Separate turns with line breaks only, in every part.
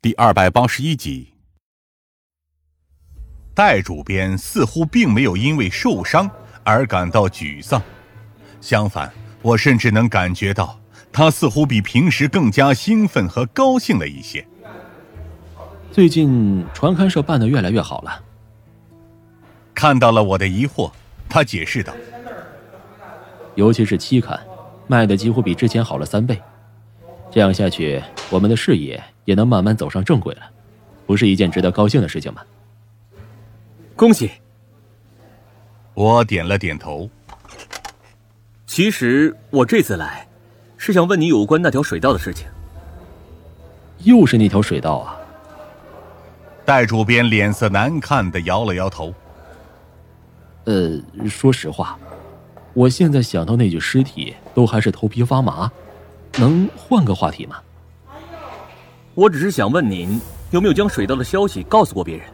第二百八十一集，
戴主编似乎并没有因为受伤而感到沮丧，相反，我甚至能感觉到他似乎比平时更加兴奋和高兴了一些。
最近传刊社办的越来越好了。
看到了我的疑惑，他解释道：“
尤其是期刊，卖的几乎比之前好了三倍。这样下去，我们的事业……”也能慢慢走上正轨了，不是一件值得高兴的事情吗？
恭喜！
我点了点头。
其实我这次来，是想问你有关那条水道的事情。
又是那条水道啊！
戴主编脸色难看的摇了摇头。
呃，说实话，我现在想到那具尸体都还是头皮发麻。能换个话题吗？
我只是想问您，有没有将水道的消息告诉过别人？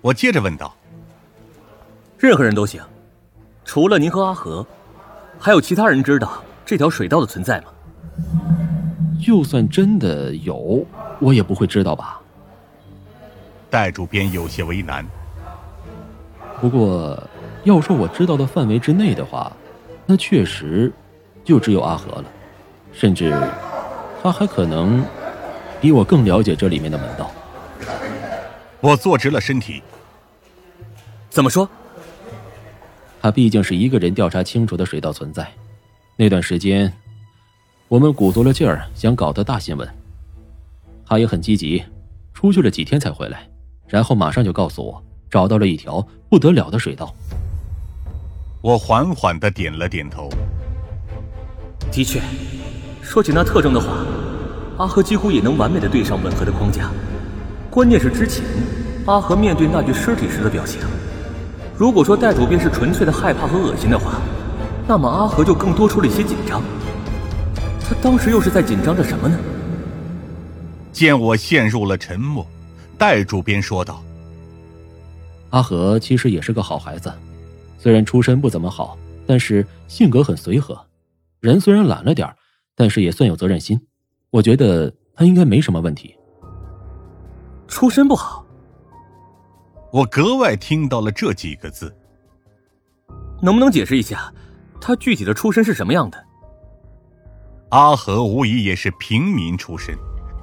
我接着问道：“
任何人都行，除了您和阿和，还有其他人知道这条水道的存在吗？”
就算真的有，我也不会知道吧？
戴主编有些为难。
不过，要说我知道的范围之内的话，那确实就只有阿和了，甚至他还可能。比我更了解这里面的门道。
我坐直了身体。
怎么说？
他毕竟是一个人调查清楚的水道存在。那段时间，我们鼓足了劲儿想搞的大新闻。他也很积极，出去了几天才回来，然后马上就告诉我找到了一条不得了的水道。
我缓缓的点了点头。
的确，说起那特征的话。阿和几乎也能完美的对上吻合的框架，关键是之前阿和面对那具尸体时的表情。如果说戴主编是纯粹的害怕和恶心的话，那么阿和就更多出了一些紧张。他当时又是在紧张着什么呢？
见我陷入了沉默，戴主编说道：“
阿和其实也是个好孩子，虽然出身不怎么好，但是性格很随和。人虽然懒了点但是也算有责任心。”我觉得他应该没什么问题。
出身不好，
我格外听到了这几个字。
能不能解释一下，他具体的出身是什么样的？
阿和无疑也是平民出身，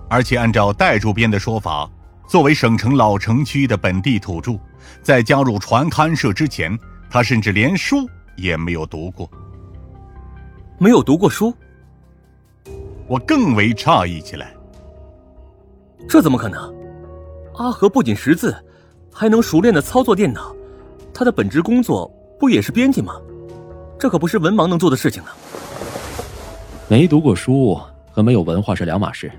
而且按照戴主编的说法，作为省城老城区的本地土著，在加入传刊社之前，他甚至连书也没有读过。
没有读过书。
我更为诧异起来，
这怎么可能？阿和不仅识字，还能熟练的操作电脑，他的本职工作不也是编辑吗？这可不是文盲能做的事情啊！
没读过书和没有文化是两码事。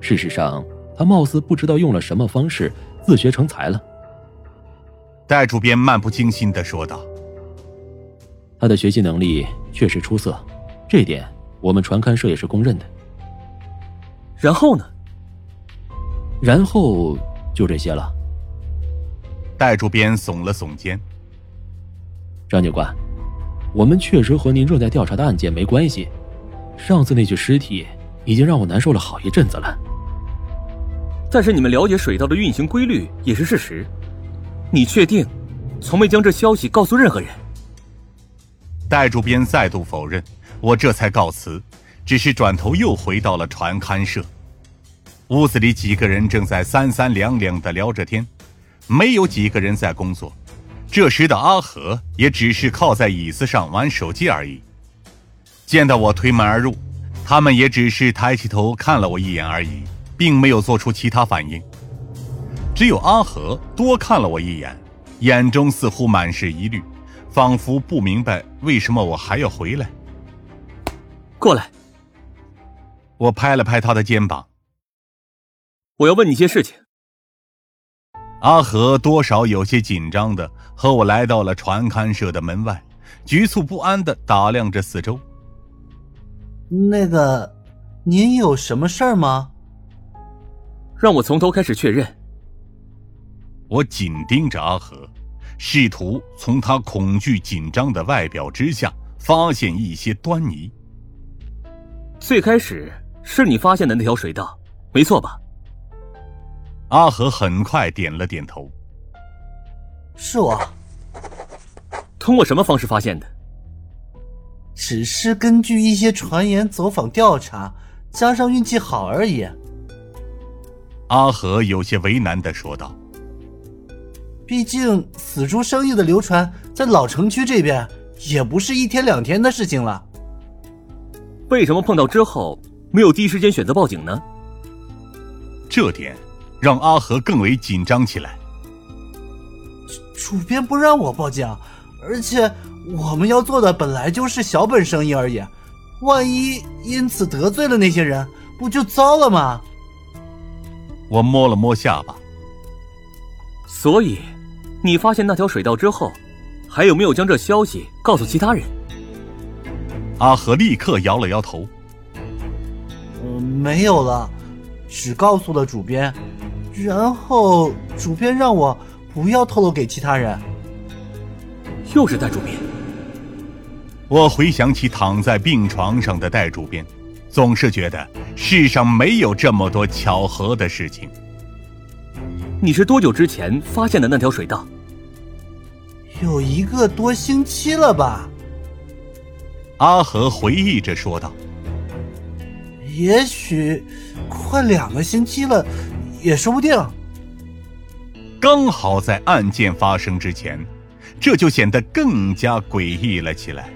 事实上，他貌似不知道用了什么方式自学成才了。
戴主编漫不经心的说道：“
他的学习能力确实出色，这点。”我们传刊社也是公认的。
然后呢？
然后就这些了。
戴主编耸了耸肩。
张警官，我们确实和您正在调查的案件没关系。上次那具尸体已经让我难受了好一阵子了。
但是你们了解水道的运行规律也是事实。你确定，从没将这消息告诉任何人？
戴主编再度否认。我这才告辞，只是转头又回到了传刊社。屋子里几个人正在三三两两的聊着天，没有几个人在工作。这时的阿和也只是靠在椅子上玩手机而已。见到我推门而入，他们也只是抬起头看了我一眼而已，并没有做出其他反应。只有阿和多看了我一眼，眼中似乎满是疑虑，仿佛不明白为什么我还要回来。
过来，
我拍了拍他的肩膀。
我要问你些事情。
阿和多少有些紧张的和我来到了传刊社的门外，局促不安的打量着四周。
那个，您有什么事儿吗？
让我从头开始确认。
我紧盯着阿和，试图从他恐惧紧张的外表之下发现一些端倪。
最开始是你发现的那条水道，没错吧？
阿和很快点了点头。
是我，
通过什么方式发现的？
只是根据一些传言走访调查，加上运气好而已。
阿和有些为难的说道
毕竟死猪生意的流传在老城区这边也不是一天两天的事情了。
为什么碰到之后没有第一时间选择报警呢？：“
这点让阿和更为紧张起来。
主编不让我报警，而且我们要做的本来就是小本生意而已，万一因此得罪了那些人，不就糟了吗？”
我摸了摸下巴，
所以，你发现那条水道之后，还有没有将这消息告诉其他人？
阿和立刻摇了摇头。
嗯，没有了，只告诉了主编，然后主编让我不要透露给其他人。
又是戴主编，
我回想起躺在病床上的戴主编，总是觉得世上没有这么多巧合的事情。
你是多久之前发现的那条水道？
有一个多星期了吧，
阿和回忆着说道
也许快两个星期了，也说不定。：“
刚好在案件发生之前，这就显得更加诡异了起来。”